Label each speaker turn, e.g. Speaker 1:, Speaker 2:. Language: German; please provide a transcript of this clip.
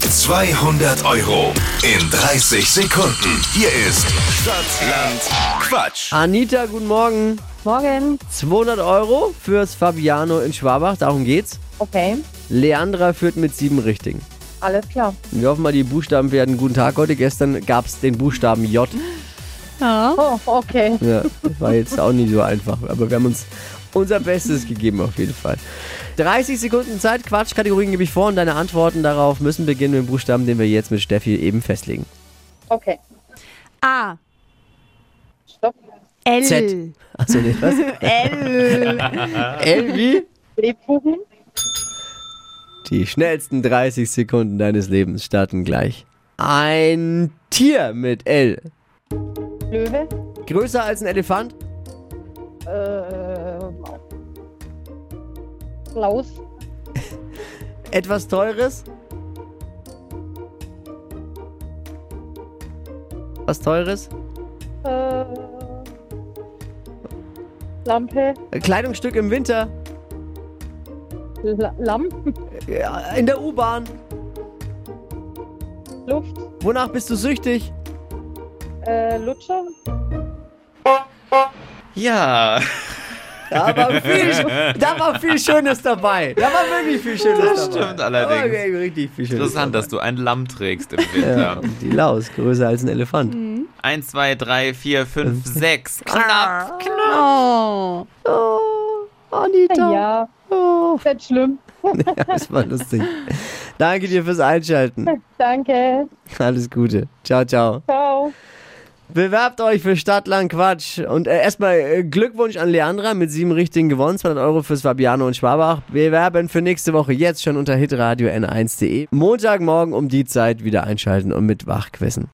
Speaker 1: 200 Euro in 30 Sekunden. Hier ist Stadtland Quatsch.
Speaker 2: Anita, guten Morgen.
Speaker 3: Morgen.
Speaker 2: 200 Euro fürs Fabiano in Schwabach, darum geht's.
Speaker 3: Okay,
Speaker 2: Leandra führt mit sieben Richtigen.
Speaker 3: alles klar.
Speaker 2: Wir hoffen mal, die Buchstaben werden guten Tag heute. Gestern gab's den Buchstaben J.
Speaker 3: Oh, okay.
Speaker 2: Ja, war jetzt auch nicht so einfach, aber wir haben uns unser Bestes gegeben auf jeden Fall. 30 Sekunden Zeit, Quatschkategorien gebe ich vor und deine Antworten darauf müssen beginnen mit dem Buchstaben, den wir jetzt mit Steffi eben festlegen.
Speaker 3: Okay.
Speaker 4: A.
Speaker 3: Stopp.
Speaker 4: L.
Speaker 2: Z. Achso, nee, was?
Speaker 4: L.
Speaker 2: L wie?
Speaker 3: Lebkuchen.
Speaker 2: Die schnellsten 30 Sekunden deines Lebens starten gleich. Ein Tier mit L.
Speaker 3: Löwe.
Speaker 2: Größer als ein Elefant?
Speaker 3: Äh, Klaus.
Speaker 2: Etwas teures? Was teures?
Speaker 3: Äh, Lampe.
Speaker 2: Kleidungsstück im Winter?
Speaker 3: La Lamm.
Speaker 2: Ja, Äh, In der U-Bahn?
Speaker 3: Luft.
Speaker 2: Wonach bist du süchtig?
Speaker 3: Äh, Lutscher.
Speaker 5: Ja,
Speaker 2: Da war viel, Sch- da war viel Schönes dabei. Da war wirklich viel Schönes
Speaker 5: Das
Speaker 2: dabei.
Speaker 5: stimmt allerdings.
Speaker 2: Da war richtig viel Schönes
Speaker 5: interessant, dass du ein Lamm trägst im Winter.
Speaker 2: dabei. Die Laus, größer als ein Elefant.
Speaker 5: Eins, zwei, drei, vier, fünf, sechs. Knapp.
Speaker 4: Oh.
Speaker 2: Oh, Anita.
Speaker 3: Ja,
Speaker 2: Oh,
Speaker 3: ist nicht schlimm.
Speaker 2: das war lustig. Danke dir fürs Einschalten.
Speaker 3: Danke.
Speaker 2: Alles Gute. Ciao, ciao.
Speaker 3: Ciao.
Speaker 2: Bewerbt euch für Stadtland Quatsch. Und äh, erstmal äh, Glückwunsch an Leandra mit sieben richtigen gewonnen. 200 Euro fürs Fabiano und Schwabach. Bewerben für nächste Woche jetzt schon unter hitradio n1.de. Montagmorgen um die Zeit wieder einschalten und mit wachquissen.